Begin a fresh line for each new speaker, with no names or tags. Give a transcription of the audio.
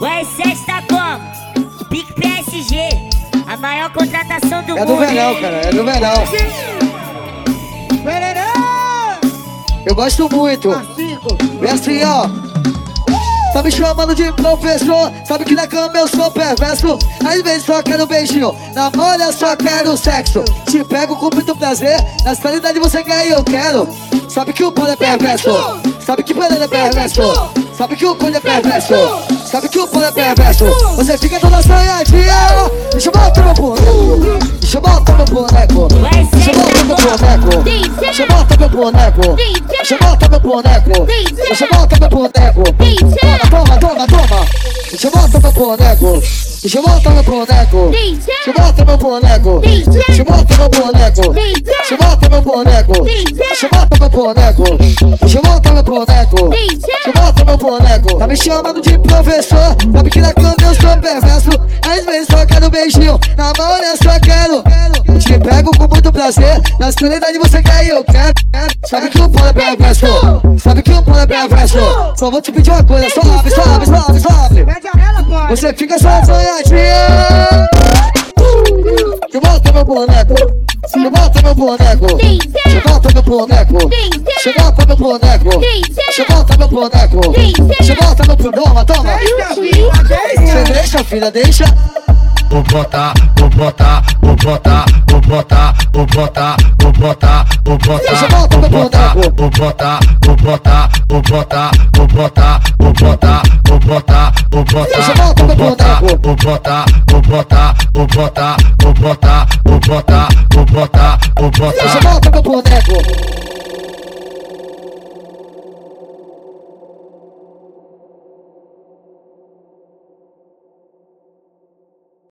O R7 tá como? Pique PSG, a maior contratação do
É do
mundo.
verão, cara, é do verão. Eu gosto muito. É assim, ó. Tá me chamando de professor, sabe que na cama eu sou perverso. Às vezes só quero um beijinho, na molha só quero sexo. Te pego com muito prazer, na sanidade você quer e eu quero. Sabe que o pano é perverso, sabe que o pano é perverso. Sabe que o pano é perverso, sabe que o pano é perverso. Você fica toda sonhadinha, deixa eu botar meu boneco. Deixa eu botar meu boneco. Deixa eu botar meu boneco. Deixa eu botar meu boneco. Deixa eu botar meu boneco. Deixa eu botar meu boneco. Toma, toma, toma, toma. Deixa eu botar meu boneco. Deixa eu botar meu boneco. Deixa eu botar meu boneco. Deixa eu botar meu boneco. Deixa eu botar meu boneco. Deixa eu botar meu boneco. Deixa eu botar meu boneco. Deixa eu botar meu boneco. Tá me chamando de professor. Tá Sabe que na cama eu sou perverso. Às vezes só quero um beijinho. Na mão eu só quero. Te pego com muito prazer. Na solenidade você quer e eu quero. Sabe que o pano é perverso. Sabe que o pano é perverso. Só vou te pedir uma coisa. Só abre, só abre, só abre, só abre.
Pede a ela, pode.
Você fica só sonhadinha. Te bota meu boneco. Te bota meu boneco. Te bota meu boneco. Te bota meu boneco. Te bota meu boneco. Te bota meu boneco. Toma, toma.
Deixa, filha,
Você
deixa.
deixa, filha, deixa.
Vou botar, vou botar, vou botar, vou botar, vou botar, vou botar, vou botar, vou botar, vou botar, vou botar, vou botar, vou botar, vou botar, vou botar, vou botar, vou botar, vou botar, vou botar, vou botar, vou botar, vou botar, vou botar, vou botar.
Te bota meu boneco.